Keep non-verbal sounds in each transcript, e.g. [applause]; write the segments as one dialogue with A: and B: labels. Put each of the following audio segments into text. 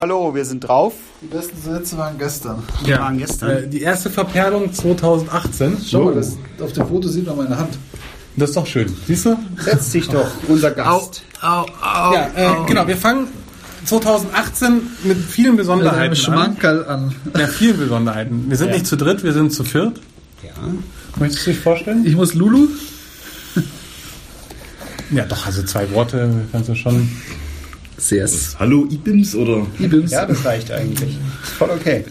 A: Hallo, wir sind drauf.
B: Die besten Sätze waren gestern.
C: Ja.
A: waren gestern.
C: Äh, die erste Verperlung 2018.
B: Schau mal,
C: So.
B: das, auf dem Foto sieht man meine Hand.
C: Das ist doch schön. Siehst du?
A: Setz dich doch, unser Gast.
C: Au,
A: Oh.
C: au, ja, äh, genau. Wir fangen 2018 mit vielen Besonderheiten an.
B: Äh, Schmankerl an.
C: Ja, vielen Besonderheiten. Wir sind nicht zu dritt, wir sind zu viert.
A: Ja.
C: Möchtest du dich vorstellen?
B: Ich muss Lulu.
C: Ja, doch, also zwei Worte kannst du schon.
B: Sehr.
D: Hallo Ibims oder?
B: Ibims.
A: ja, das reicht eigentlich. Ist Voll okay.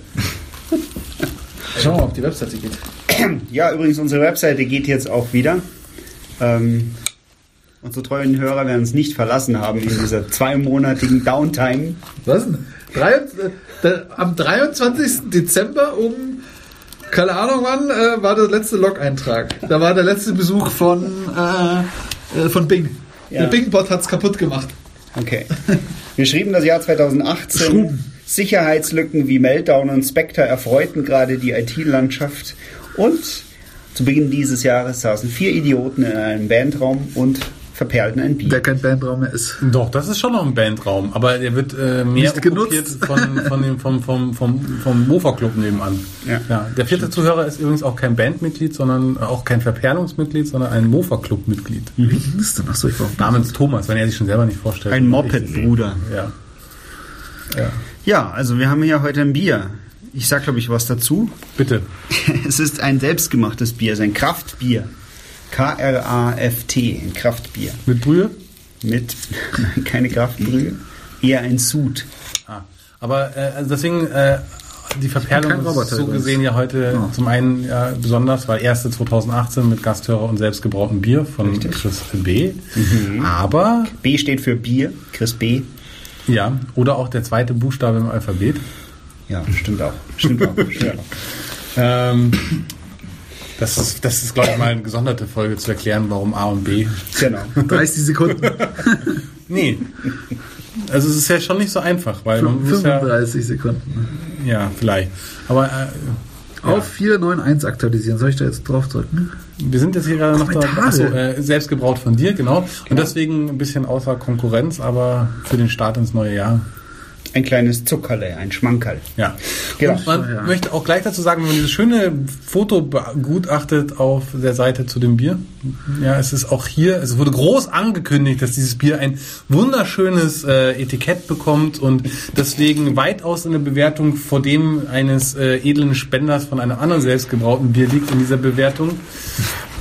B: Schauen wir mal, ob die Webseite geht.
A: Ja, übrigens, unsere Webseite geht jetzt auch wieder. Ähm, unsere treuen Hörer werden es nicht verlassen haben in dieser zweimonatigen Downtime.
B: Was denn? Drei, äh, da, am 23. Dezember um, keine Ahnung wann, äh, war der letzte Log-Eintrag. Da war der letzte Besuch von, äh, äh, von Bing.
A: Ja.
B: Der Bing-Bot hat's kaputt gemacht.
A: Okay. Wir schrieben das Jahr 2018. Sicherheitslücken wie Meltdown und Spectre erfreuten gerade die IT-Landschaft. Und zu Beginn dieses Jahres saßen vier Idioten in einem Bandraum und verperlten ein Bier.
B: Der kein Bandraum mehr ist.
C: Doch, das ist schon noch ein Bandraum, aber der wird äh, mehr
B: Nicht genutzt.
C: okkupiert von, von dem, vom, vom, vom, vom Mofa-Club nebenan.
A: Ja.
C: der vierte Zuhörer ist übrigens auch kein Bandmitglied, sondern auch kein Verperlungsmitglied, sondern ein Mofa-Club-Mitglied.
B: Wie ging es denn? Achso, ich war
C: Namens Thomas, wenn er sich schon selber nicht vorstellt.
A: Ein Moped-Bruder.
C: Ja.
A: Ja, also wir haben ja heute ein Bier. Ich sag, glaube ich, was dazu.
C: Bitte.
A: [laughs] Es ist ein selbstgemachtes Bier, es ist ein Kraftbier. K-R-A-F-T, ein Kraftbier.
C: Mit Brühe?
A: Mit, [laughs] nein, keine Kraftbrühe, eher ein Sud.
C: Ah. Aber äh, also deswegen, äh, die
B: Ich bin
C: Verperlung
B: kein
C: ist
B: Roboter
C: so
B: übrigens.
C: gesehen ja heute
B: Ja.
C: zum einen ja, besonders, weil erste 2018 mit Gasthörer und selbstgebrautem Bier von Chris B.
B: Mhm.
C: Aber,
A: B steht für Bier, Chris B.
C: ja, oder auch der zweite Buchstabe im Alphabet.
A: Ja, stimmt auch. Stimmt
C: [laughs]
A: auch. Stimmt auch.
C: Ähm, das ist, das ist glaube ich, mal eine gesonderte Folge zu erklären, warum A und B.
A: Genau.
B: 30 um
C: [laughs]
B: Sekunden,
C: Nee. Also es ist ja schon nicht so einfach, weil man muss ja,
B: 35 Sekunden.
C: ja, vielleicht. Aber äh,
B: Auf 491 aktualisieren. Soll ich da jetzt drauf drücken?
C: Wir sind jetzt hier gerade noch dabei.
B: Kommentare.
C: Achso, äh, selbst gebraut von dir, genau. Und deswegen ein bisschen außer Konkurrenz, aber für den Start ins neue Jahr.
A: Ein kleines Zuckerle, ein Schmankerl.
C: Ja.
A: Genau.
C: Und man
B: Ja.
C: möchte auch gleich dazu sagen, wenn man dieses schöne Foto begutachtet auf der Seite zu dem Bier, ja, es ist auch hier, es wurde groß angekündigt, dass dieses Bier ein wunderschönes äh, Etikett bekommt und deswegen weitaus in der Bewertung vor dem eines äh, edlen Spenders von einem anderen selbstgebrauten Bier liegt in dieser Bewertung.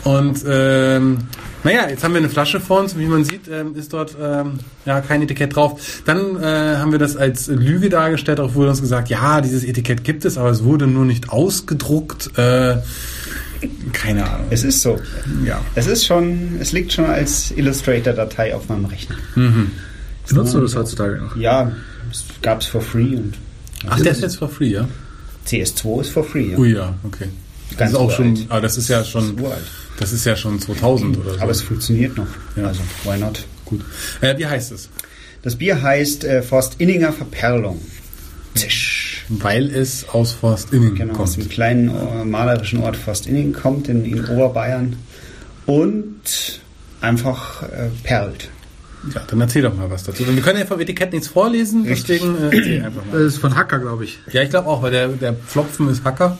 C: Und ähm, naja, jetzt haben wir eine Flasche vor uns. Wie man sieht, ähm, ist dort ähm, ja kein Etikett drauf. Dann äh, haben wir das als Lüge dargestellt. Darauf wurde uns gesagt, ja, dieses Etikett gibt es, aber es wurde nur nicht ausgedruckt. Äh, keine Ahnung.
A: Es ist so.
C: Ja.
A: Es ist schon, es liegt schon als Illustrator-Datei auf meinem Rechner.
B: Benutzt du das heutzutage noch?
A: Ja, es gab's for free und
C: Ach, der ist jetzt for free, ja?
A: CS2 ist for free. Ja.
C: Ui, Oh ja, okay. Das
A: Ganz
C: ist auch
A: uralt.
C: schon, aber das ist ja
A: Das ist
C: schon,
A: uralt.
C: das ist ja schon 2000 oder so.
A: Aber es funktioniert noch.
C: Ja.
A: Also, why not?
C: gut. Äh, wie heißt es?
A: Das Bier heißt äh, Forstinninger Verperlung. Zisch.
C: Weil es aus Forstinnen
A: Genau, aus
C: Hm, kommt.
A: dem kleinen äh, malerischen Ort Forstinningen kommt, in, in Oberbayern. Und einfach äh, perlt.
C: Ja, dann erzähl doch mal was dazu. Wir können ja vom Etikett nichts vorlesen,
A: Richtig.
C: deswegen äh, erzähl einfach mal.
B: Das ist von Hacker, glaube ich.
C: Ja, ich glaube auch, weil der, der Flopfen ist Hacker.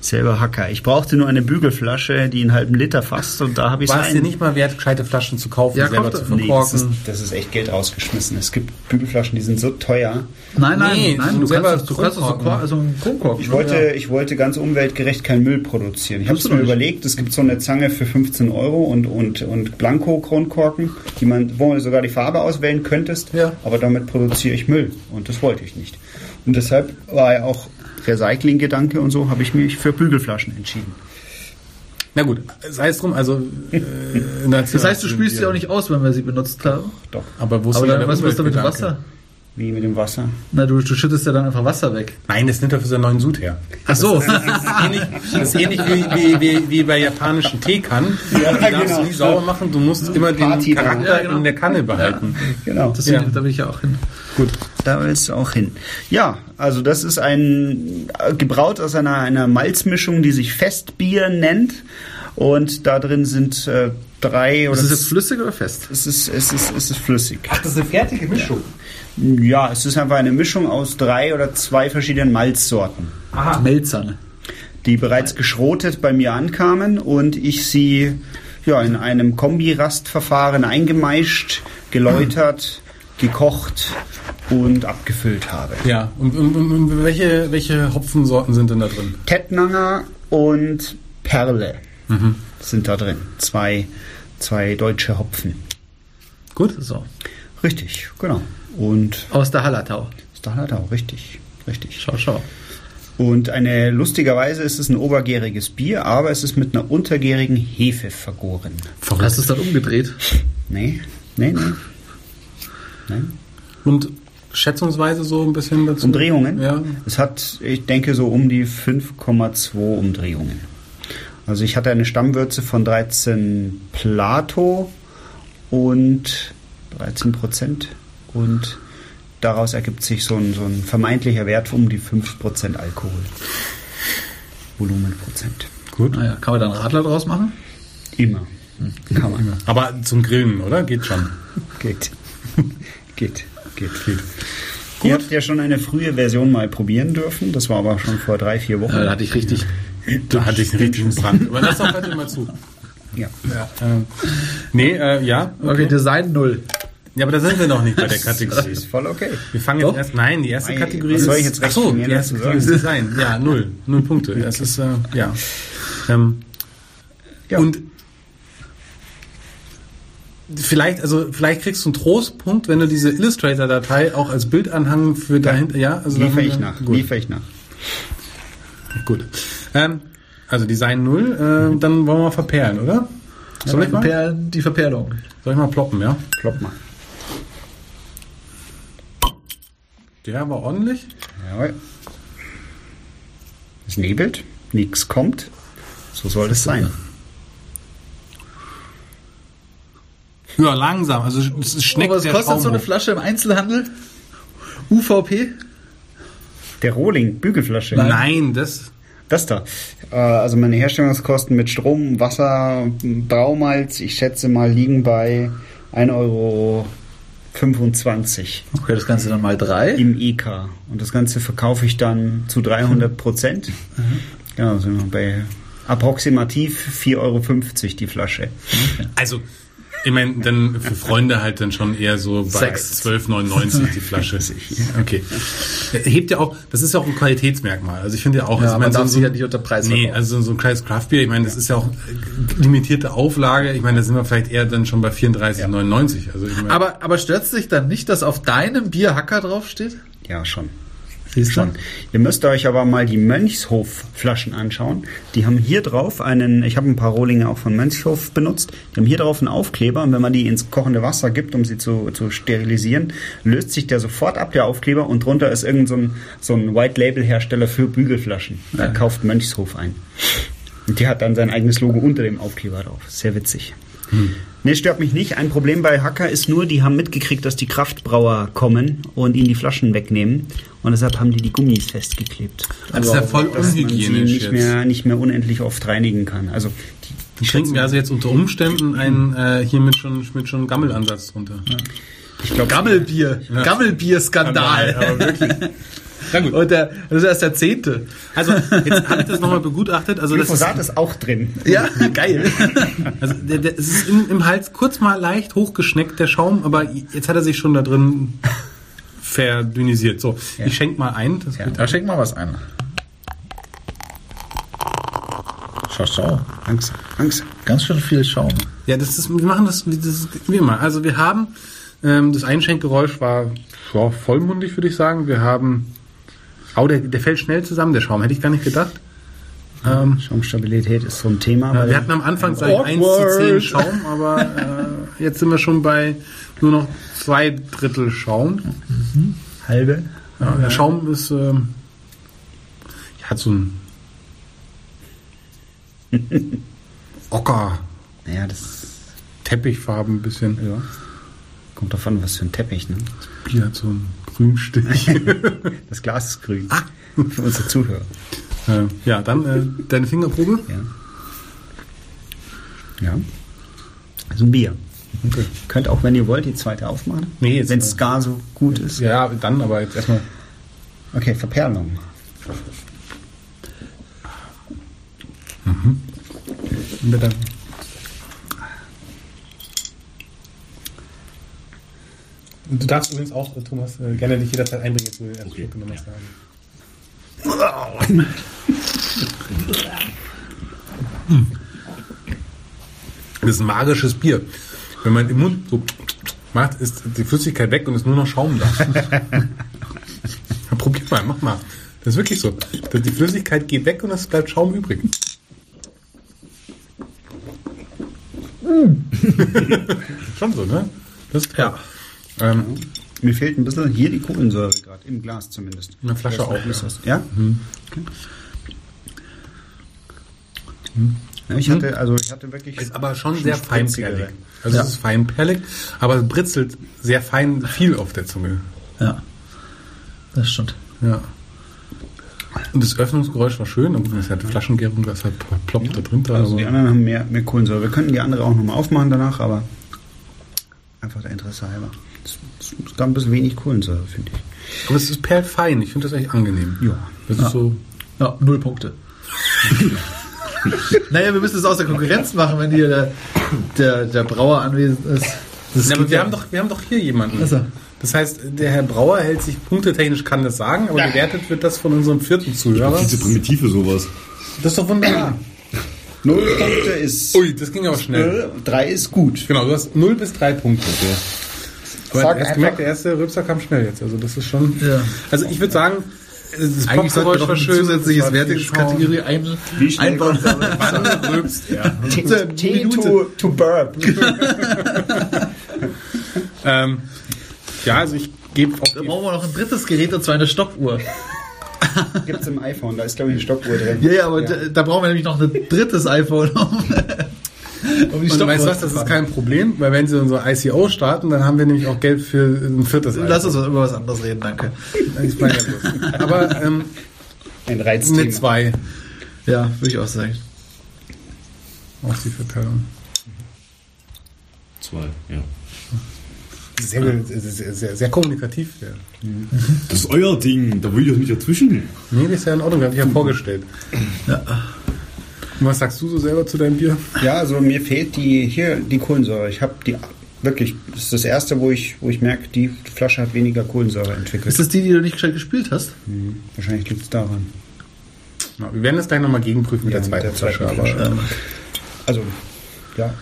A: Selber Hacker. Ich brauchte nur eine Bügelflasche, die einen halben Liter fasst und da habe ich
C: War es dir nicht mal wert, gescheite Flaschen zu kaufen,
B: Ja,
C: selber
B: kauft-
C: zu
A: Nee, das, ist,
C: verkorken?
A: das ist echt Geld rausgeschmissen. Es gibt Bügelflaschen, die sind so teuer.
B: Nein, nein,
C: Nee,
B: nein,
C: so
B: du
C: selber
B: kannst, das, du kannst das so,
C: Kronkorken.
B: Kork- also einen Kronkorken.
A: Ich wollte, ich wollte ganz umweltgerecht keinen Müll produzieren. Ich habe es
B: Kannst du
A: mir
B: doch nicht.
A: überlegt, es gibt so eine Zange für 15 Euro und, und, und Blanko-Kronkorken, die man, wo du sogar die Farbe auswählen könntest,
C: Ja.
A: aber damit produziere ich Müll und das wollte ich nicht. Und deshalb war ja auch Recycling-Gedanke und so, habe ich mich für Bügelflaschen entschieden.
C: Na gut, sei es drum, also...
B: [laughs]
C: Äh,
B: Das heißt, du spülst sie auch nicht aus, wenn wir sie benutzt haben.
A: Doch,
C: Aber wo ist
B: Aber
C: denn
B: dann,
C: der
B: was machst du mit dem
C: Umweltgedanke?
B: Wasser?
A: wie mit dem Wasser.
B: Na, du, du schüttest ja dann einfach Wasser Ah. weg.
C: Nein, das nimmt er für seinen neuen Sud her.
B: Ach so. [laughs]
C: Das ist ähnlich, das ist ähnlich wie, wie, wie, wie bei japanischen
B: [laughs]
C: Teekannen.
A: Ja,
C: die darfst
A: genau.
C: du nie sauber machen, du musst immer den
A: Party machen.
C: Charakter
B: Ja, genau.
C: in der Kanne behalten.
A: Genau.
B: Deswegen,
C: Ja. Oh,
B: da will ich ja auch hin.
A: Gut. Da willst du auch hin. Ja, also das ist ein äh, gebraut aus einer, einer Malzmischung, die sich Festbier nennt. Und da drin sind äh, drei oder
B: Ist es jetzt flüssig oder fest?
A: es ist, es ist, es ist flüssig.
C: Ach, das ist eine fertige Mischung.
A: Ja, es ist einfach eine Mischung aus drei oder zwei verschiedenen Malzsorten,
C: Aha.
B: Melzerne.
A: die bereits geschrotet bei mir ankamen und ich sie ja, in einem Kombirastverfahren eingemeischt, geläutert, gekocht und abgefüllt habe.
C: Ja, und, und, und, und welche, welche Hopfensorten sind denn da drin?
A: Tettnanger und Perle sind da drin. Zwei, zwei deutsche Hopfen.
B: Gut, so.
A: Richtig, genau. Und
B: Aus der Hallertau.
A: Stahlhatau, richtig, richtig.
B: Schau, schau.
A: Und eine lustigerweise ist es ein obergäriges Bier, aber es ist mit einer untergärigen Hefe vergoren.
B: Hast du es dann umgedreht?
A: Nee, nee, nee. Nein.
C: Und schätzungsweise so ein bisschen dazu?
A: Umdrehungen?
C: Ja.
A: Es hat, ich denke, so um die 5,2 Umdrehungen. Also ich hatte eine Stammwürze von 13 Plato und 13 Prozent und daraus ergibt sich so ein, so ein vermeintlicher Wert um die 5 Prozent Alkohol. Volumenprozent.
C: Gut.
B: Naja, kann man da einen Radler draus machen?
A: Immer. Kann man.
C: Aber zum Grillen, oder? Geht schon.
A: Geht. [laughs] geht. Geht. Geht. Ihr habt ja schon eine frühe Version mal probieren dürfen. Das war aber schon vor drei, vier Wochen.
B: Ja, da hatte ich richtig.
C: Da hatte ich einen
A: [laughs]
C: richtigen Brand. Aber lass doch heute mal zu.
A: Ja.
C: Ja. Ähm, nee, äh, ja.
B: Okay, Design null.
C: Ja, aber da sind wir noch nicht bei der Kategorie.
A: Ist voll okay.
C: Wir fangen
B: Doch.
C: jetzt erst. Nein, die erste
A: Ei,
C: Kategorie
A: was
C: ist.
A: soll ich jetzt
C: ach so, die
A: rechtfertigen,
C: erste
A: dazu
C: Kategorie ist Design. Ja, null. Null Punkte. Das ist, äh, ja. Ähm,
A: Ja.
C: Und vielleicht, also vielleicht kriegst du einen Trostpunkt, wenn du diese Illustrator-Datei auch als Bildanhang für dahinter. Ja, also da
A: Liefere
C: haben
A: ich
C: wir-
A: nach.
C: Gut.
A: Liefere ich nach.
C: Gut. Ähm, also Design null. Äh, dann wollen wir mal verperlen, oder? Soll ich mal?
B: Perlen, die Verperlung. Oh,
C: Soll ich mal ploppen, ja?
A: Klopp mal.
C: Der war ordentlich.
A: Jawohl. Es nebelt, nichts kommt. So soll es sein.
C: Ja, langsam. Also es schneckt
B: Aber was
C: der
B: kostet
C: Schaum
B: so eine
C: hoch.
B: Flasche im Einzelhandel? UVP?
A: Der Rohling, Bügelflasche.
C: Nein, das.
A: Das da. Äh, Also meine Herstellungskosten mit Strom, Wasser, Braumalz, ich schätze mal, liegen bei 1,25 Euro
B: Okay, das Ganze dann mal drei.
A: im EK. Und das Ganze verkaufe ich dann zu 300 Prozent.
C: Mhm.
A: Ja, sind wir bei approximativ 4,50 Euro die Flasche.
C: Also, ich meine, dann für Freunde halt dann schon eher so bei
B: Sechs.
C: 12,99 die
B: [laughs]
C: Flasche. Okay. Hebt ja auch, das ist ja auch ein Qualitätsmerkmal. Also ich finde ja auch, also
B: Ja,
C: ich
B: man
C: meine,
B: darf sich ja nicht unter Preis
C: Nee,
B: verkaufen.
C: also so ein kleines Craftbier, ich meine, das ist ja auch äh, limitierte Auflage. Ich meine, da sind wir vielleicht eher dann schon bei 34,99. Also ich meine,
B: Aber, aber stört es dich dann nicht, dass auf deinem Bier Hacker draufsteht?
A: Ja, schon.
B: Siehst
A: Schon. Ihr müsst euch aber mal die Mönchshof-Flaschen anschauen. Die haben hier drauf einen, ich habe ein paar Rohlinge auch von Mönchshof benutzt, die haben hier drauf einen Aufkleber und wenn man die ins kochende Wasser gibt, um sie zu, zu sterilisieren, löst sich der sofort ab, der Aufkleber, und drunter ist irgend so ein, so ein White-Label-Hersteller für Bügelflaschen. Da kauft Mönchshof ein. Und die hat dann sein eigenes Logo unter dem Aufkleber drauf. Sehr witzig. Nee, stört mich nicht. Ein Problem bei Hacker ist nur, die haben mitgekriegt, dass die Kraftbrauer kommen und ihnen die Flaschen wegnehmen. Und deshalb haben die die Gummis festgeklebt.
C: das ist ja voll
A: Dass man sie
C: unhygienisch
A: nicht
C: jetzt.
A: mehr, nicht mehr unendlich oft reinigen kann. Also die, die
C: Dann trinken
A: schätzen-
C: wir also jetzt unter Umständen einen äh, hier mit schon, mit schon Gammelansatz drunter.
A: ich glaub,
B: Gammelbier. Gammelbier-Skandal.
C: Aber wirklich. Na gut.
B: Und der, das ist erst der zehnte.
C: Also, jetzt habe ich das nochmal begutachtet. Also, das ist,
A: Glyphosat ist auch drin.
B: Ja, geil.
C: also der, der, es ist im, im Hals kurz mal leicht hochgeschneckt, der Schaum, aber jetzt hat er sich schon da drin verdünnisiert. So, ich schenke mal ein. Das wird-
B: Da schenk mal was ein. Schau, schau.
A: Angst, Angst.
B: Ganz schön viel Schaum.
C: ja, das ist, wir machen das, das wie immer. Also, wir haben, ähm, das Einschenkgeräusch war ja, vollmundig, würde ich sagen. Wir haben, oh, der, der fällt schnell zusammen, der Schaum, hätte ich gar nicht gedacht. Ähm,
A: Schaumstabilität ist so ein Thema.
C: Ja,
A: weil-
C: wir hatten am Anfang seit 1 zu
B: Awkward.
C: 10 Schaum, aber äh, jetzt sind wir schon bei nur noch zwei Drittel Schaum.
A: halbe.
C: Ja, der Schaum ist ähm, ja, hat so [laughs] ein Ocker,
A: Naja, das
C: Teppichfarben ein bisschen.
A: ja. kommt davon, was für ein Teppich, ne?
C: Bier hat so ein Grünstich. [laughs]
A: Das Glas ist grün.
C: Ah.
A: Für unsere Zuhörer.
C: Äh, ja, dann äh, deine Fingerprobe.
A: Ja. Ja. Also ein Bier.
C: Okay.
A: Könnt auch, wenn ihr wollt, die zweite aufmachen.
C: Nee, jetzt- äh,
A: Wenn es gar so gut ist.
C: Ja, dann aber jetzt erstmal.
A: Okay, Verperlung.
C: Bitte.
D: Und du darfst übrigens auch, äh, Thomas, äh, gerne dich jederzeit einbringen, jetzt wo du den ersten Schluck genommen hast.
C: Das ist ein magisches Bier. Wenn man im Mund so macht, ist die Flüssigkeit weg und ist nur noch
D: [laughs]
C: Schaum da. Ja, Probier mal, mach mal. Das ist wirklich so. Das- Die Flüssigkeit geht weg und es bleibt Schaum übrig. Schon so, ne? Das ist ja. Ähm,
A: Mir fehlt ein bisschen hier die Kohlensäure gerade, im Glas zumindest.
C: eine Flasche auch. Mhm.
A: Ist das- Ja? Okay. Ja, Ich hatte, also ich hatte wirklich.
C: Mhm. Ist aber schon sehr
A: spritzigere.
C: feinperlig. Also es ist feinperlig, aber es britzelt sehr fein viel auf der Zunge.
B: Ja. Das stimmt.
C: Ja. Und das Öffnungsgeräusch war schön, und es hat Flaschengärung, das hat ploppt da drin. Da,
A: Also
C: also,
A: die anderen haben mehr, mehr Kohlensäure. Wir könnten die andere auch nochmal aufmachen danach, aber einfach der Interesse halber. Es es ist gar ein bisschen wenig Kohlensäure, finde ich.
C: Aber es ist perlfein, ich finde das echt angenehm.
A: Ja.
C: Das ist so.
B: Ja, null Punkte. [laughs] naja, wir müssen es aus der Konkurrenz machen, wenn hier der, der, der Brauer anwesend ist. Das
C: Ja,
B: geht
C: aber wir
B: ja.
C: haben, doch, wir haben doch hier jemanden.
B: Ach so.
C: Das heißt, der Herr Brauer hält sich punktetechnisch, kann das sagen, aber gewertet wird das von unserem vierten Zuhörer.
E: Diese Primitive sowas.
C: Das ist doch wunderbar.
A: Null Punkte ist.
C: Ui, das ging aber schnell.
A: Null, drei ist gut.
C: Genau, du hast 0 bis 3 Punkte. Aber
A: Sag
C: du hast
A: einfach-
C: gemerkt, der erste Rübser kam schnell jetzt. Also das ist schon.
B: Ja.
C: Also ich würde sagen, das
B: Eigentlich sollten
C: Popgeräusch
B: wir doch
C: war
B: ein
C: schön.
B: zusätzliches
C: es war viel
B: Wertungskategorie ein,
A: Wie schnell
B: einbauen.
C: Schaum. Wann rülpst er?
A: T, T to, to burp.
C: ähm, ja, also ich gebe auf
B: Da
C: die
B: brauchen wir noch ein drittes Gerät, und zwar eine Stoppuhr.
A: Gibt es im iPhone, da ist glaube ich eine Stoppuhr drin.
B: Ja, ja, aber Da, da brauchen wir nämlich noch ein drittes iPhone, [laughs] um, um die
C: Und
B: Stoppuhr
C: du weißt was, das ist kein Problem, weil wenn sie unser ICO starten, dann haben wir nämlich auch Geld für ein viertes
B: Lass uns über was anderes reden, danke.
C: iPhone. Ich meine ja bloß. Aber ähm,
A: Ein
C: eine
A: Reizthema.
C: 2
B: Ja, würde ich auch sagen.
C: auf die Verteilung.
E: Zwei, ja.
C: Sehr, sehr, sehr, sehr kommunikativ. Der.
E: Das ist euer Ding, da will ich euch nicht dazwischen.
C: Nee, das ist ja in Ordnung, habe ich ja vorgestellt. Und was sagst du so selber zu deinem Bier?
A: Ja, also mir fehlt die hier die Kohlensäure. Ich habe die wirklich, das ist das erste, wo ich, wo ich merke, die Flasche hat weniger Kohlensäure entwickelt.
B: Ist das die, die du nicht gescheit gespielt hast?
A: Wahrscheinlich liegt es daran.
C: Na, wir werden das gleich nochmal gegenprüfen mit
A: Ja,
C: der zweiten
A: mit der
C: Flasche.
A: zweiten
C: Aber,
A: Flasche.
C: ähm,
A: Also, ja.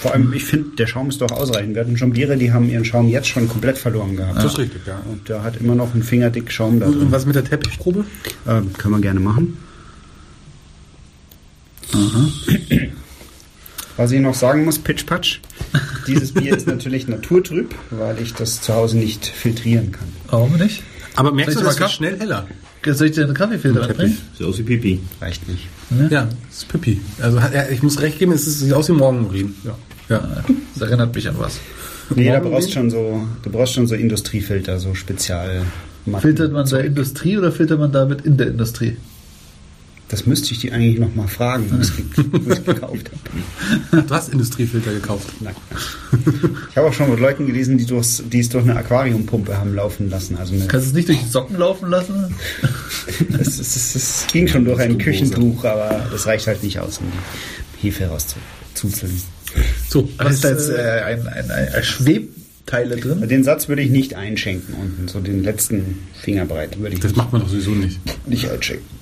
A: Vor allem, ich finde, der Schaum ist doch ausreichend. Wir hatten schon Biere, die haben ihren Schaum jetzt schon komplett verloren gehabt.
C: das ist richtig, ja.
A: Und da hat immer noch ein Fingerdick Schaum da
C: äh, Und
A: drin.
C: was mit der Teppichprobe?
A: Ähm, können wir gerne machen. Aha. Was ich noch sagen muss, Pitch Patch. Dieses Bier ist natürlich naturtrüb, weil ich das zu Hause nicht filtrieren kann.
B: Warum nicht?
C: Aber merkst
B: Soll
C: du,
B: ich
C: das
B: dir
C: wird schnell
B: mal
C: heller.
B: Soll ich dir einen Kaffeefilter
E: Teppich.
B: anbringen?
E: Sieht aus wie Pipi.
A: Reicht nicht.
C: Ja, das ist Pippi. Also hat- ja, ich muss recht geben, es ist- sieht aus wie Morgenurin. Ja. ja.
B: Das erinnert mich an was.
A: Nee, da
C: Morgen
A: brauchst schon so, du brauchst schon so Industriefilter, so spezial.
B: Filtert man bei Industrie oder filtert man damit in der Industrie?
A: Das müsste ich die eigentlich noch mal fragen, was ich, was ich gekauft habe.
C: Du hast Industriefilter gekauft.
A: Nein. Ich habe auch schon mit Leuten gelesen, die, durchs, die es durch eine Aquariumpumpe haben laufen lassen. Also eine,
B: Kannst du es nicht durch die Socken laufen lassen?
A: es, es, es, es ging schon durch ein Küchentuch, aber das reicht halt nicht aus, um die Hefe rauszuzeln.
C: So,
B: Was ist da jetzt
C: äh,
B: äh, ein, ein, ein, ein Schwebteile drin?
A: Den Satz würde ich nicht einschenken unten, so den letzten Fingerbreit würde ich
C: das macht man doch sowieso nicht.
A: nicht einschenken.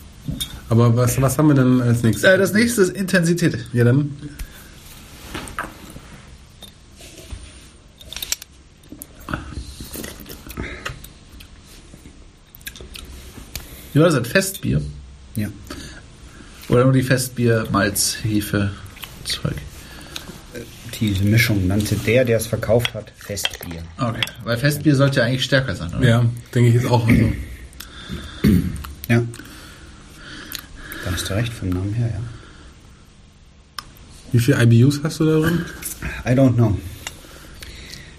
C: Aber was, was haben wir denn als nächstes?
B: Äh, das nächste ist Intensität.
C: ja, dann.
B: Wie war das? Ein Festbier?
A: Ja.
B: Oder nur die Festbier, Malz, Hefe, Zeug?
A: Diese Mischung nannte der, der es verkauft hat, Festbier.
B: Okay. Weil Festbier sollte ja eigentlich stärker sein, oder?
C: Ja, denke ich ist auch. Also.
A: Ja. Da hast du recht, vom Namen her, ja.
C: Wie viel IBUs hast du da drin?
A: I don't know.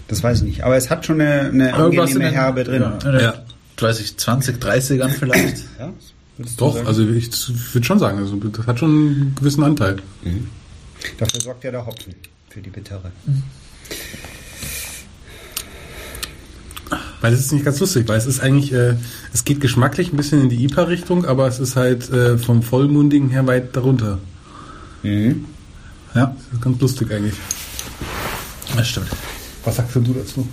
A: Das weiß ich nicht. Aber es hat schon eine, eine
C: Irgendwas in
A: angenehme
C: den-
A: Herbe drin.
C: Ja.
B: Ja. 30, 20, 30ern vielleicht.
A: Ja? Würdest du
C: Doch,
A: sagen?
C: also ich würde schon sagen, also das hat schon einen gewissen Anteil.
A: Dafür sorgt ja der Hopfen für die Bittere.
C: Weil das ist nicht ganz lustig, weil es ist eigentlich, äh, es geht geschmacklich ein bisschen in die IPA-Richtung, aber es ist halt äh, vom Vollmundigen her weit darunter.
A: Mhm.
C: Ja, das ist ganz lustig eigentlich.
B: [clears throat] Das stimmt.
D: Was sagst denn du dazu?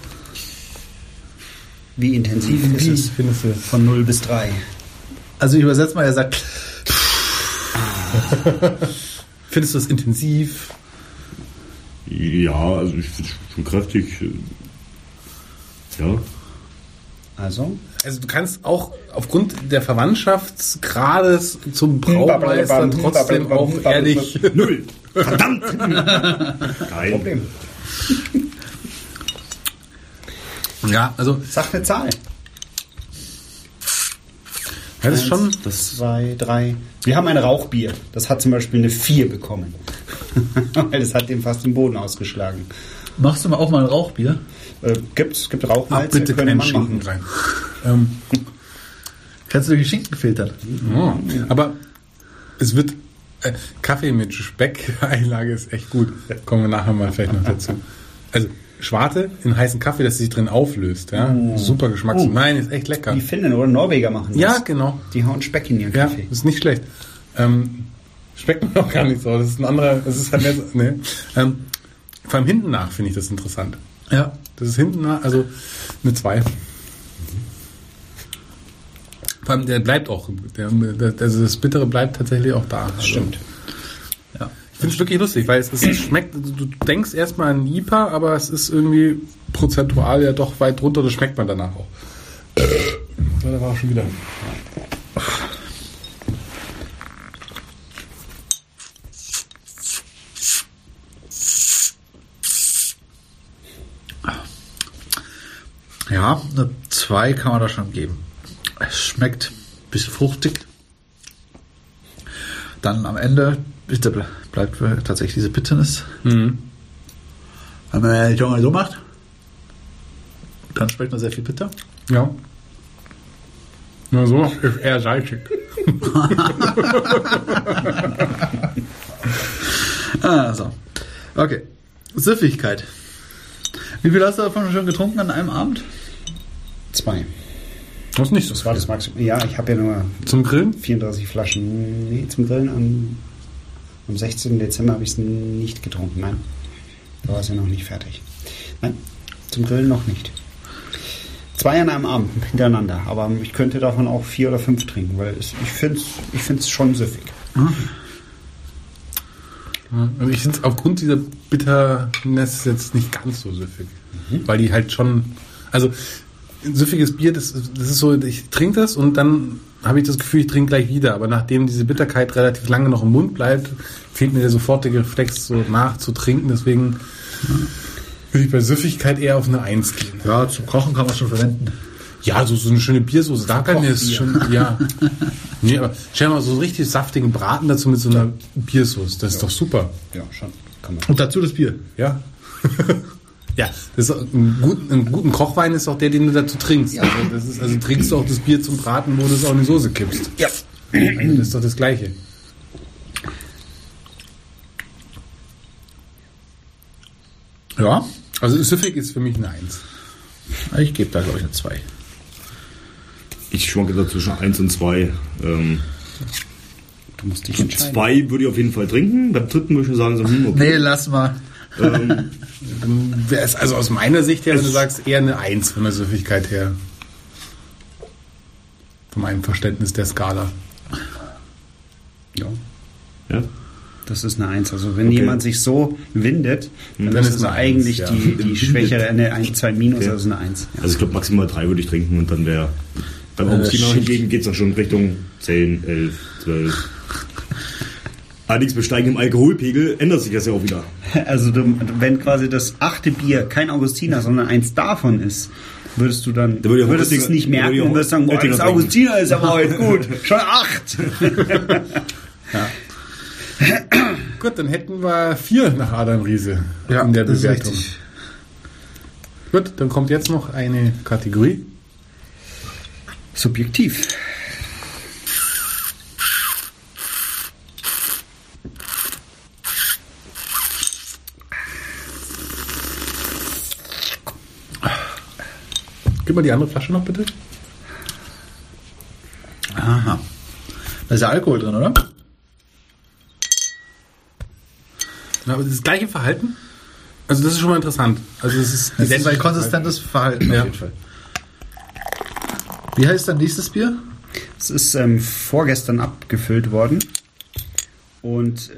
A: Wie intensiv ist
D: Wie
A: es?
D: findest du
A: Von 0 bis 3.
B: Also ich übersetze mal, er sagt, [laughs]
C: Findest du das intensiv?
E: Ja, also ich finde schon kräftig. äh, Ja.
A: Also?
C: Also du kannst auch aufgrund der Verwandtschaftsgrades zum Braumeister
A: Hm, babble,
C: trotzdem
A: babble,
C: auch
A: babble,
C: ehrlich...
E: Null. Verdammt. Nein.
A: Problem.
C: Ja, also
A: Sag eine Zahl.
C: das ist schon...
A: Das zwei, drei. Wir haben ein Rauchbier. Das hat zum Beispiel eine 4 bekommen. [laughs] Weil das hat dem fast den Boden ausgeschlagen.
B: machst du mal auch mal ein Rauchbier?
A: Äh, gibt's, gibt
C: Ab
A: Rauchmalze,
C: bitte
A: könnte
C: keinen
A: man
C: Schinken
A: machen.
C: rein. Ähm,
B: Kannst du die Schinken filtern?
C: Oh, aber es wird äh, Kaffee mit Speck-Einlage ist echt gut. Kommen wir nachher mal vielleicht noch dazu. Also Schwarte in heißen Kaffee, dass sie sich drin auflöst. Ja? Super Geschmack.
A: Oh.
C: Nein, ist echt lecker.
A: Die Finnen oder Norweger machen das.
C: Ja, genau.
A: Die hauen Speck in ihren
C: Ja,
A: Kaffee.
C: ist nicht schlecht. Ähm, schmeckt mir noch gar nicht so. Das ist ein anderer. Das ist halt mehr so, nee. ähm, Vor allem hinten nach finde ich das interessant.
B: Ja.
C: Das ist hinten nach, also eine 2. Vor allem, der bleibt auch, der, der, also das Bittere bleibt tatsächlich auch da. Also,
A: Stimmt.
B: ja.
C: Ich finde es wirklich lustig, weil es, es schmeckt, also du denkst erstmal an IPA, aber es ist irgendwie prozentual ja doch weit drunter, das schmeckt man danach auch.
D: Ja, da war auch schon wieder.
B: Ja, eine 2 kann man da schon geben. Es schmeckt ein bisschen fruchtig. Dann am Ende ist der, bleibt tatsächlich diese Bitterness.
C: Mhm.
B: Wenn man eine Junge so macht, dann schmeckt man sehr viel bitter.
C: Ja. Na so, ist eher salzig.
B: Ah, so. Okay. Süffigkeit. Wie viel hast du davon schon getrunken an einem Abend?
A: Zwei.
C: Das ist nicht so
A: Das war das Maximum. Ja, ich habe ja nur
C: Zum Grillen?
A: 34 Flaschen. Nee, zum Grillen am, am 16. Dezember habe ich es nicht getrunken. Nein. Da war es ja noch nicht fertig. Nein, zum Grillen noch nicht. Zwei an einem Abend hintereinander. Aber ich könnte davon auch vier oder fünf trinken, weil es, ich finde es ich find's schon süffig.
C: Ja, Also ich finde es aufgrund dieser Bitterness jetzt nicht ganz so süffig. Weil die halt schon. Also ein süffiges Bier, das, das ist so, ich trinke das und dann habe ich das Gefühl, ich trinke gleich wieder. Aber nachdem diese Bitterkeit relativ lange noch im Mund bleibt, fehlt mir der sofortige Reflex, so nachzutrinken. Deswegen würde ich bei Süffigkeit eher auf eine Eins gehen.
B: Ja, zum Kochen kann man schon verwenden.
C: Ja, so, so eine schöne Biersoße, da kann mir es schon. Ja. [laughs] Nee, aber stell dir mal so einen richtig saftigen Braten dazu mit so einer Biersoße. Das ist doch super.
A: Ja, schon. Kann man.
B: Und dazu das Bier.
C: Ja. [laughs] ja, das ist ein, gut, ein guten Kochwein ist auch der, den du dazu trinkst. Also, das ist, also trinkst du auch das Bier zum Braten, wo du es auch in die Soße kippst.
A: Ja.
C: Also, das ist doch das Gleiche. Ja, also süffig ist für mich eine Eins.
B: Ich gebe da, glaube ich, eine 2.
E: Ich schwanke da zwischen 1 und 2. Ähm,
A: Du musst dich entscheiden.
E: 2 würde ich auf jeden Fall trinken. Beim dritten würde ich schon sagen, so, hm, okay.
B: Nee, lass mal.
E: ähm,
C: Dann wäre es also aus meiner Sicht her, wenn du
E: Es-
C: sagst, eher eine Eins von der Süffigkeit her. Von meinem Verständnis der Skala.
A: Ja,
E: ja.
A: das ist eine Eins. Also wenn jemand sich so windet, dann,
C: Dann
A: ist
C: ist
A: es
C: eine
A: eigentlich
C: Eins, ja.
A: die, die schwächere, eine 1, 2 Minus, also eine Eins. Ja.
E: Also ich glaube maximal 3 würde ich trinken und dann wäre... Beim Augustiner
B: shit.
E: hingegen geht es dann schon Richtung 10, 11, 12. Allerdings bei steigendem Alkoholpegel ändert sich das ja auch wieder.
A: [laughs] Also du, wenn quasi das achte Bier kein Augustiner, sondern eins davon ist, würdest du dann
E: Da würde ich auch
A: würdest du
E: Oettinger-
A: es nicht
E: da würde
A: merken
E: ich auch
A: und würdest sagen, boah,
E: Oettinger
A: das
E: trinken.
A: Augustiner ist aber
E: [laughs]
A: heute gut. Schon acht.
C: Gut, dann hätten wir vier nach Adam Riese
B: Ja,
C: in der
B: das ist
C: Bewertung.
B: richtig.
C: Gut, dann kommt jetzt noch eine Kategorie.
A: Subjektiv.
C: Gib mal die andere Flasche noch bitte.
B: Aha. Da ist ja Alkohol drin, oder?
C: Ja, aber das gleiche Verhalten? Also das ist schon mal interessant. Also es ist
B: Das ist ein konsistentes Verhalten
C: Ja.
B: auf jeden Fall. Wie heißt dein nächstes Bier?
A: Es ist ähm, vorgestern abgefüllt worden und äh,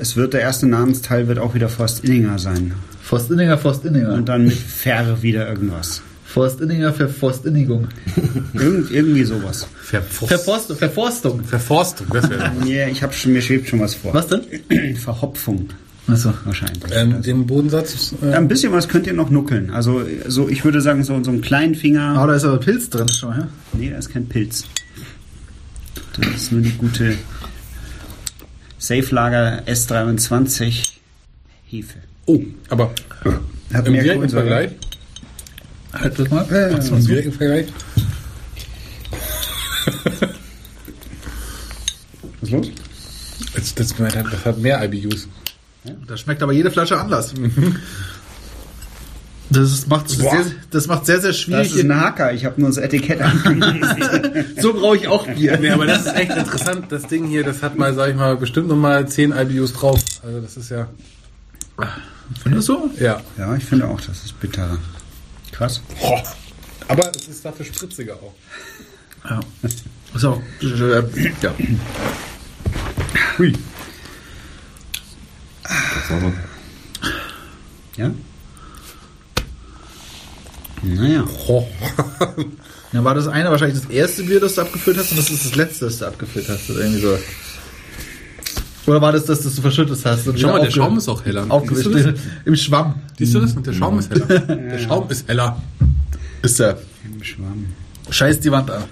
A: es wird der erste Namensteil wird auch wieder Forstinninger sein
B: Forstinninger, Forstinninger.
A: und dann mit Fähre wieder irgendwas.
B: Forstinninger, Verforstinnigung.
A: Irgend, irgendwie sowas.
C: Verforst
B: Verforst Verforstung.
C: Verforstung. Das wäre
A: Ja, ich habe schon mir schwebt schon was vor.
B: Was denn?
A: [clears throat] Verhopfung
B: Achso.
A: wahrscheinlich.
C: ähm, den Bodensatz.
A: Ja,
C: Äh,
A: ein bisschen was könnt ihr noch nuckeln. Also so, ich würde sagen so so einen kleinen Finger.
B: Ah, da ist aber Pilz drin schon, ja?
A: Nee, da ist kein Pilz. Das ist nur die gute Safe Lager S23 Hefe.
C: oh, aber
A: Hat
C: im
A: mehr
C: direkten
A: Kohlensäure.
C: Vergleich.
B: Halt das mal.
C: Im direkten Vergleich.
A: Was ist los?
C: Das, das, das hat mehr IBUs.
B: Das schmeckt aber jede Flasche anders. [laughs] Das ist- macht sehr, das macht sehr, sehr schwierig.
A: Das ist ein Hacker. Ich habe nur das [laughs] Etikett angefangen.
B: so brauche ich auch Bier.
C: Nee, aber das ist echt interessant. Das Ding hier, das hat mal, sag ich mal, bestimmt nochmal 10 IBUs drauf. Also das ist ja.
B: Findest du?
C: Ja.
A: ja, ich finde auch, das ist bitterer. Krass.
C: Aber es ist dafür spritziger [clears throat] auch.
B: Ja. Ist auch. äh, Ja.
E: Das war mal-
A: Ja? Naja.
B: Dann war das eine wahrscheinlich das erste Bier, das du abgefüllt hast, und das ist das letzte, das du abgefüllt hast. Oder irgendwie so. Oder war das das, das du verschüttet hast? Und
C: Schau
B: wieder
C: mal, der
B: aufge-
C: Schaum ist auch heller. Siehst du
B: Aufgewischt.
C: das?
B: Im Schwamm.
C: Siehst du das? Und der Schaum ist heller. Der Schaum ist heller.
B: Ist er.
A: Schwamm.
B: Scheiß die Wand an.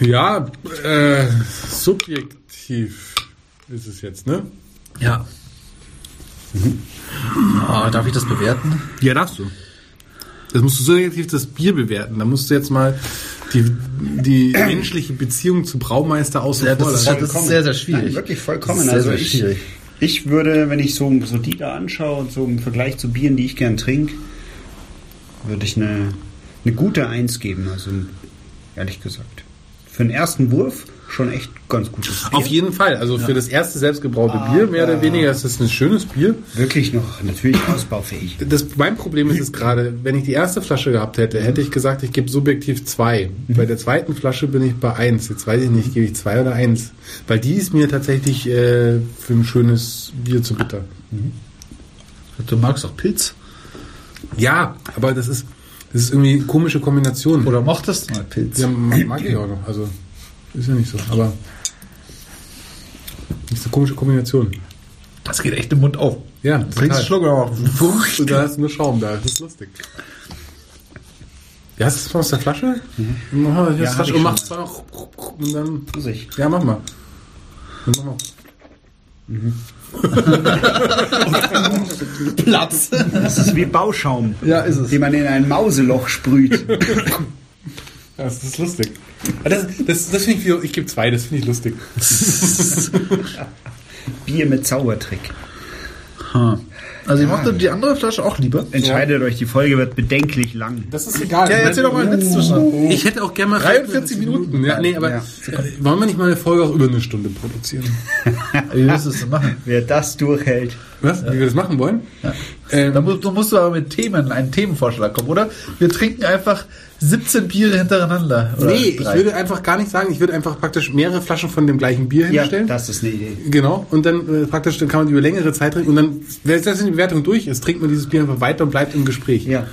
C: Ja, äh, subjektiv ist es jetzt, ne?
B: Ja. Ah, darf ich das bewerten?
C: Ja, darfst du. Das musst du subjektiv das Bier bewerten. Da musst du jetzt mal die, [clears throat] die menschliche Beziehung zu Braumeister außen
B: Ja,
C: vor
B: das ist,
C: lassen.
B: das ist sehr, sehr schwierig.
A: Nein, wirklich vollkommen.
B: Das ist
A: also
B: sehr, sehr
A: ich,
B: schwierig.
A: ich würde, wenn ich so, so die da anschaue und so im Vergleich zu Bieren, die ich gern trinke, würde ich eine, eine gute Eins geben. Also ehrlich gesagt. Für den ersten Wurf schon echt ganz gutes Bier.
C: Auf jeden Fall. Also für das erste selbstgebraute Bier, mehr oder weniger, ist das ein schönes Bier.
A: Wirklich noch natürlich ausbaufähig.
C: Das, mein Problem ist es gerade, wenn ich die erste Flasche gehabt hätte, hätte ich gesagt, ich gebe subjektiv zwei. Bei der zweiten Flasche bin ich bei eins. Jetzt weiß ich nicht, gebe ich zwei oder eins. Weil die ist mir tatsächlich äh, für ein schönes Bier zu bitter.
B: Du magst auch Pilz.
C: Ja, aber das ist, das ist irgendwie eine komische Kombination.
B: Oder mochtest du mal Pilz?
C: Ja, ma- mag ich auch noch. Also ist ja nicht so. Aber das ist eine komische Kombination.
B: Das geht echt im Mund auf.
C: Ja,
B: Trinkst
C: total.
B: einen Schluck aber auch.
C: Und da ist nur Schaum da. Das ist lustig. Ja, hast du das mal aus der Flasche? Mhm. Ja, hier ist
A: hab
C: Flasche
A: ich
C: und
A: schon.
C: machst zweimal und dann.
A: Sich.
C: Ja, mach mal. Dann mach mal.
B: Platz.
A: Das ist wie Bauschaum,
B: Ja, ist es.
A: den man in ein Mauseloch sprüht. [laughs]
C: Ja, das ist lustig. Aber Das, das, das finde ich, wieder- ich gebe zwei, das finde ich lustig.
A: Bier mit Zaubertrick.
B: Also ich mochte die andere Flasche auch lieber.
A: Entscheidet euch, die Folge wird bedenklich lang.
C: Das ist egal.
B: Ja, erzähl doch mal einen Witz zwischen.
C: Ich hätte auch gerne mal
B: 43 Minuten.
C: Ja, nee, aber
A: Ja.
C: äh, wollen wir nicht mal eine Folge auch über eine Stunde produzieren?
B: Wie willst du das denn machen?
A: Wer das durchhält,
C: Was? Wie wir das machen wollen? Ähm,
B: Da musst, du musst du aber mit Themen, einen Themenvorschlag kommen, oder? Wir trinken einfach 17 Biere hintereinander. Oder
C: nee, ich
B: drei.
C: würde einfach gar nicht sagen, ich würde einfach praktisch mehrere Flaschen von dem gleichen Bier
A: ja,
C: hinstellen.
A: das ist eine Idee.
C: Genau, und dann äh, praktisch, dann kann man die über längere Zeit trinken und dann, wenn das in die Bewertung durch ist, trinkt man dieses Bier einfach weiter und bleibt im Gespräch.
A: Ja.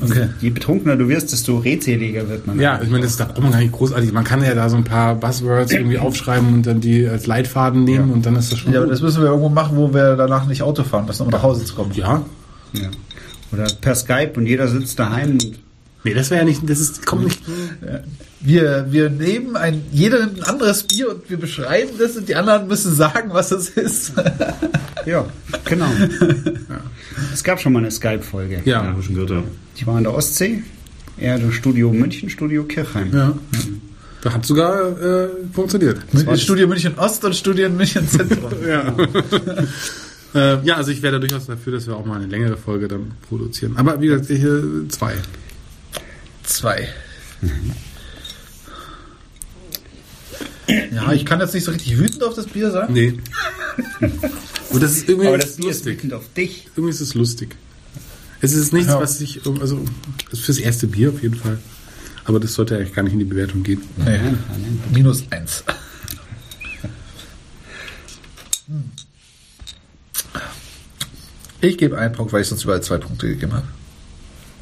B: Okay.
A: Je betrunkener du wirst, desto redseliger wird man.
C: Ja, ich meine, das da braucht man gar nicht großartig. Man kann ja da so ein paar Buzzwords irgendwie aufschreiben und dann die als Leitfaden nehmen und dann ist das schon.
B: Ja, aber
C: gut.
B: das müssen wir irgendwo machen, wo wir danach nicht Auto fahren müssen, um nach Hause zu kommen.
C: ja.
A: Ja. Oder per Skype und jeder sitzt daheim. Und
C: Nee, das wäre ja nicht, das ist, kommt nicht.
B: Wir, wir nehmen ein, jeder nimmt ein anderes Bier und wir beschreiben das und die anderen müssen sagen, was es ist.
A: Ja, [laughs] genau. ja. Es gab schon mal eine Skype-Folge.
E: Ja,
C: Ja.
E: hab ich schon gehört, ja.
A: Ich war in der Ostsee, er im Studio München, Studio Kirchheim.
C: ja. Da hat sogar äh, funktioniert.
B: Studio München Ost und Studio München Zentrum.
C: Ja. äh, ja, also ich wäre da durchaus dafür, dass wir auch mal eine längere Folge dann produzieren. Aber wie gesagt, ich, äh, zwei.
B: Zwei. Ja, ich kann jetzt nicht so richtig wütend auf das Bier sein.
C: Nee. [laughs] Und das ist irgendwie
A: Aber das Bier ist
C: lustig.
A: wütend auf dich.
C: Irgendwie ist es lustig. Es ist nichts,
B: Ja.
C: was ich. Also, das ist fürs erste Bier auf jeden Fall. Aber das sollte eigentlich gar nicht in die Bewertung gehen.
B: Nee. Minus eins. Ich gebe einen Punkt, weil ich sonst überall zwei Punkte gegeben habe.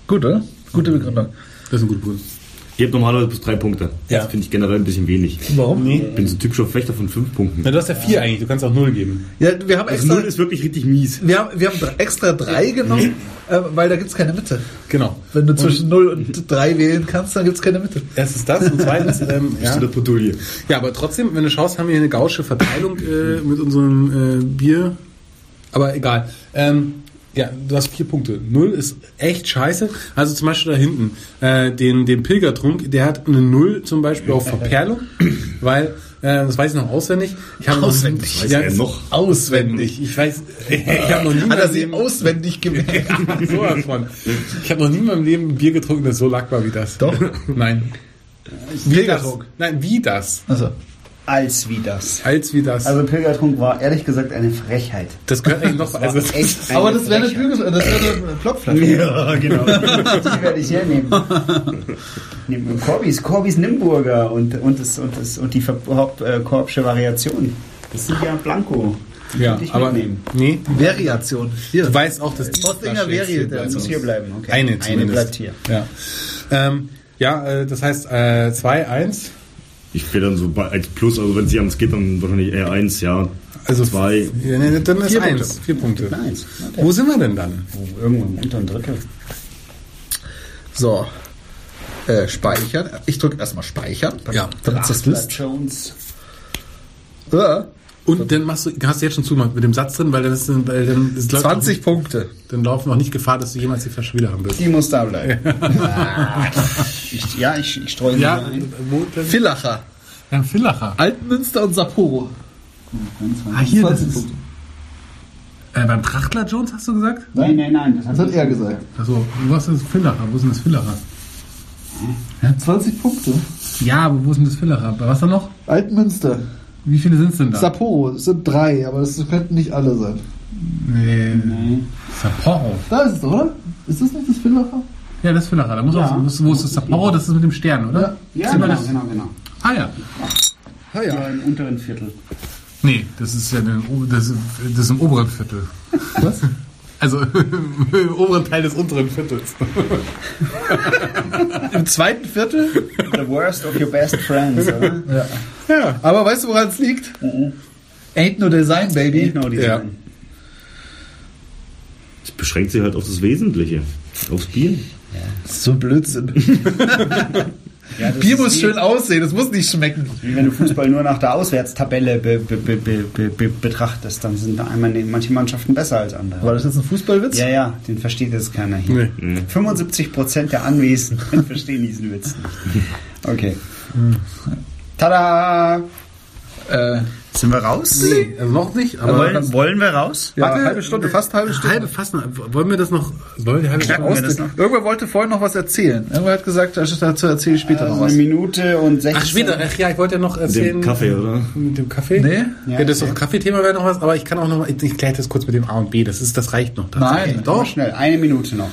B: Gut, oder? Gute Begründung.
C: Das ist ein guter Punkt.
E: Ihr habt normalerweise bis drei Punkte.
D: Ja.
E: Das finde ich generell ein bisschen wenig.
B: Warum?
D: Nee.
E: Ich bin so ein typischer Fechter von fünf Punkten.
D: Na, du hast ja vier eigentlich, du kannst auch null geben.
B: Ja, wir haben
E: Also
B: extra,
E: null ist wirklich richtig mies.
B: wir haben, wir haben dr- extra drei genommen, äh, weil da gibt es keine Mitte.
D: Genau.
B: Wenn du zwischen 0 und 3 wählen kannst, dann gibt es keine Mitte.
D: Erstens das und zweitens, ähm,
E: Bist
D: ja.
E: du der Podulie?
C: Ja, aber trotzdem, wenn du schaust, haben wir hier eine gausche Verteilung äh, mit unserem äh, Bier. Aber egal. Ähm, ja, du hast vier Punkte. Null ist echt scheiße. Also zum Beispiel da hinten, äh, den, den Pilgertrunk, der hat eine Null zum Beispiel auf
B: [laughs]
C: Verperlung, weil, äh, das weiß ich noch auswendig. Ich habe
B: Auswendig.
C: Noch,
E: Weiß
C: ja,
E: er noch?
C: Auswendig. Ich weiß, ich habe noch nie in
B: Hat
C: meinem
B: er sie
C: Leben-
B: auswendig gemerkt?
C: [laughs] so was von. Ich habe noch nie in meinem Leben ein Bier getrunken, das so lag war wie das.
B: Doch. Äh,
C: Nein. Wie das?
B: Pilgertrunk.
C: Nein, wie das.
B: Also,
A: Als wie das.
C: Als wie das.
A: Also Pilgertrunk war ehrlich gesagt eine Frechheit.
C: das gehört eigentlich noch. [laughs] Also, das
A: Echt eine
B: aber das wäre eine
A: Frechheit.
B: Bügel, das wäre eine Plopflasche.
A: Ja, genau. Die werde ich
C: [laughs]
A: hernehmen. Neben dem Korbis, Korbis Nimburger und, und, das, und, das, und die Ver- Haupt- äh, korbsche Variation. Das sind ja Blanco. Die
C: ja,
A: könnte ich
C: aber
A: mitnehmen.
C: nee.
B: Variation.
C: Du weißt auch, dass die
B: Postinger
C: Flasche jetzt
B: Veri,
C: hier
B: der
C: bleibt.
A: Das muss hier bleiben. Okay.
C: also Eine
A: Eine
C: zumindest.
A: bleibt hier.
C: Ja, ähm, ja äh, das heißt 2-1.
E: Ich wäre dann so bei, als Plus, also wenn sie ans geht, dann wahrscheinlich eher eins, ja.
C: also
E: Zwei.
C: Ja, nee, dann ist
B: Vier
C: 1. Vier Punkte.
A: Eins.
C: Wo sind wir denn dann?
A: Oh, Irgendwo im unteren Drittel.
B: So. Äh, speichern. Ich drücke erstmal speichern.
C: Ja.
B: Damit das
A: Bla
B: wisst.
A: Jones.
B: Ja.
C: Und dann machst du, hast du jetzt schon zugemacht mit dem Satz drin, weil dann ist, weil dann ist
B: 20 Punkte.
C: Dann laufen wir auch nicht Gefahr, dass du jemals die Flasche wieder haben wirst.
A: Die muss da
C: [laughs]
A: bleiben. ich, ja, ich, ich streue sie mal ein.
C: wo denn?
B: Villacher,
C: Dann Villacher.
B: Altenmünster und Sapporo.
C: Ah, hier, das
B: 20
C: ist, äh, beim Trachtler Jones hast du gesagt?
A: Nein, nein, nein. Das
B: Das
A: hat
B: hat er gesagt.
C: Achso, was ist Villacher? Wo ist denn das Villacher?
B: 20 Punkte.
C: Ja, aber wo ist denn das Villacher? Bei was da noch?
B: Altenmünster.
C: Wie viele sind es denn da?
B: Sapporo. Es sind drei, aber das könnten nicht alle sein.
C: nee. Sapporo.
B: Da ist es, oder? Ist das nicht das Villacher?
C: Ja, das ist Villacher. Da muss
A: Ja.
C: auch, wo ist das Sapporo? Das ist mit dem Stern, oder?
B: Ja.
A: ja,
C: Sind wir
A: genau,
C: das-
A: genau, genau.
C: Ah ja.
B: Ah
A: Ja, im unteren Viertel.
C: Nee, das ist ja in den O- das, ist- das ist im oberen Viertel.
B: Was?
C: Also [laughs] im oberen Teil des unteren Viertels.
B: Im zweiten Viertel?
A: The worst of your best friends,
C: [laughs]
A: oder? Oh,
C: Ja.
B: Aber weißt du, woran es liegt? Ain't no design, baby.
A: Genau die
C: Ja.
A: sind.
E: Es beschränkt sich halt auf das Wesentliche. Aufs Bier.
B: So ein Blödsinn.
A: Ja, das
B: Bier
A: ist eh
B: muss
A: wie-
B: schön aussehen, es muss nicht schmecken.
A: Wie wenn du Fußball nur nach der Auswärtstabelle be, be, be, be, be, be, betrachtest, dann sind da einmal ne, manche Mannschaften besser als andere.
B: War das jetzt ein Fußballwitz?
A: Ja, ja, den versteht jetzt keiner hier.
C: Nee.
A: 75% der Anwesenden verstehen diesen Witz nicht. Okay. Tada!
B: Äh,
A: Sind wir raus?
C: Nee, also noch nicht, aber.
A: Wollen, wollen wir raus?
B: ja,
C: Warte,
B: halbe Stunde, fast halbe Stunde.
C: Halbe Fassnacht. Wollen wir das noch. Wollen wir die halbe
A: Knacken
C: Stunde-
A: wir das noch?
B: Irgendwer wollte vorhin noch was erzählen. Irgendwer hat gesagt, dazu erzähle ich später
A: Also
B: noch
A: eine
B: was.
A: Minute und 16.
C: Ach, später. Ach ja, ich wollte ja noch erzählen.
E: Dem Kaffee, oder?
C: Mit dem Kaffee?
B: Nee?
C: Ja, das ist doch ein Kaffeethema wäre noch was, aber ich kann auch noch mal, ich kläre das kurz mit dem A und B, das ist, das reicht noch.
B: Nein,
A: Doch,
B: doch.
A: schnell. Eine Minute noch.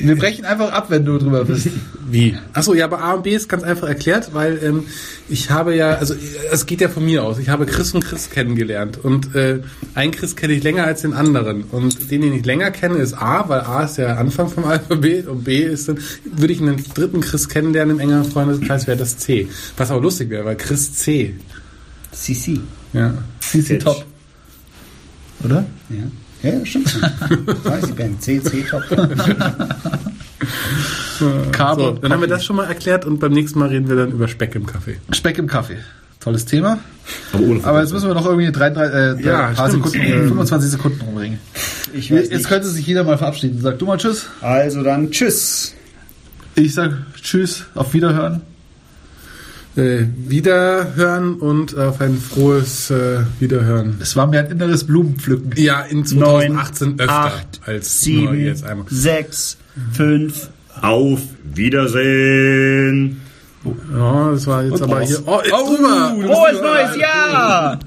B: Wir brechen einfach ab, wenn du drüber [laughs] bist.
C: Wie? Achso, ja, aber A und B ist ganz einfach erklärt, weil ähm, ich habe ja, also äh, es geht ja von mir aus, ich habe Chris und Chris kennengelernt und äh, einen Chris kenne ich länger als den anderen und den, den ich länger kenne, ist A, weil A ist der Anfang vom [laughs] Alphabet und B ist dann, würde ich einen dritten Chris kennenlernen im engeren Freundeskreis, wäre das C. Was aber lustig wäre, weil Chris C.
A: CC.
C: Ja.
B: CC
E: Fetch.
B: Top. Oder?
A: Ja, ja stimmt. schon. Da ist die Band. CC Top.
B: Kabel.
C: So, dann haben wir das schon mal erklärt und beim nächsten Mal reden wir dann über Speck im Kaffee.
B: Speck im Kaffee. Tolles Thema.
E: Aber ohne
B: Aber jetzt müssen wir noch irgendwie drei, drei, äh, drei
C: Ja,
B: paar
C: stimmt.
B: Sekunden,
C: Ähm.
B: 25 Sekunden umbringen.
A: Ich weiß
B: Jetzt
A: nicht.
B: könnte sich jeder mal verabschieden. Sag du mal Tschüss.
A: Also dann tschüss.
B: Ich sag Tschüss, auf Wiederhören.
C: Äh, wiederhören und auf ein frohes äh, Wiederhören.
B: Es war mir ein inneres Blumenpflücken.
C: Ja, in 2018 öfter
A: acht,
C: als nur
A: Sieben,
C: jetzt einmal.
A: sechs, fünf.
E: Auf Wiedersehen.
C: Ja, das war jetzt aber hier. Oh, ist drüber!
A: Frohes neues Jahr!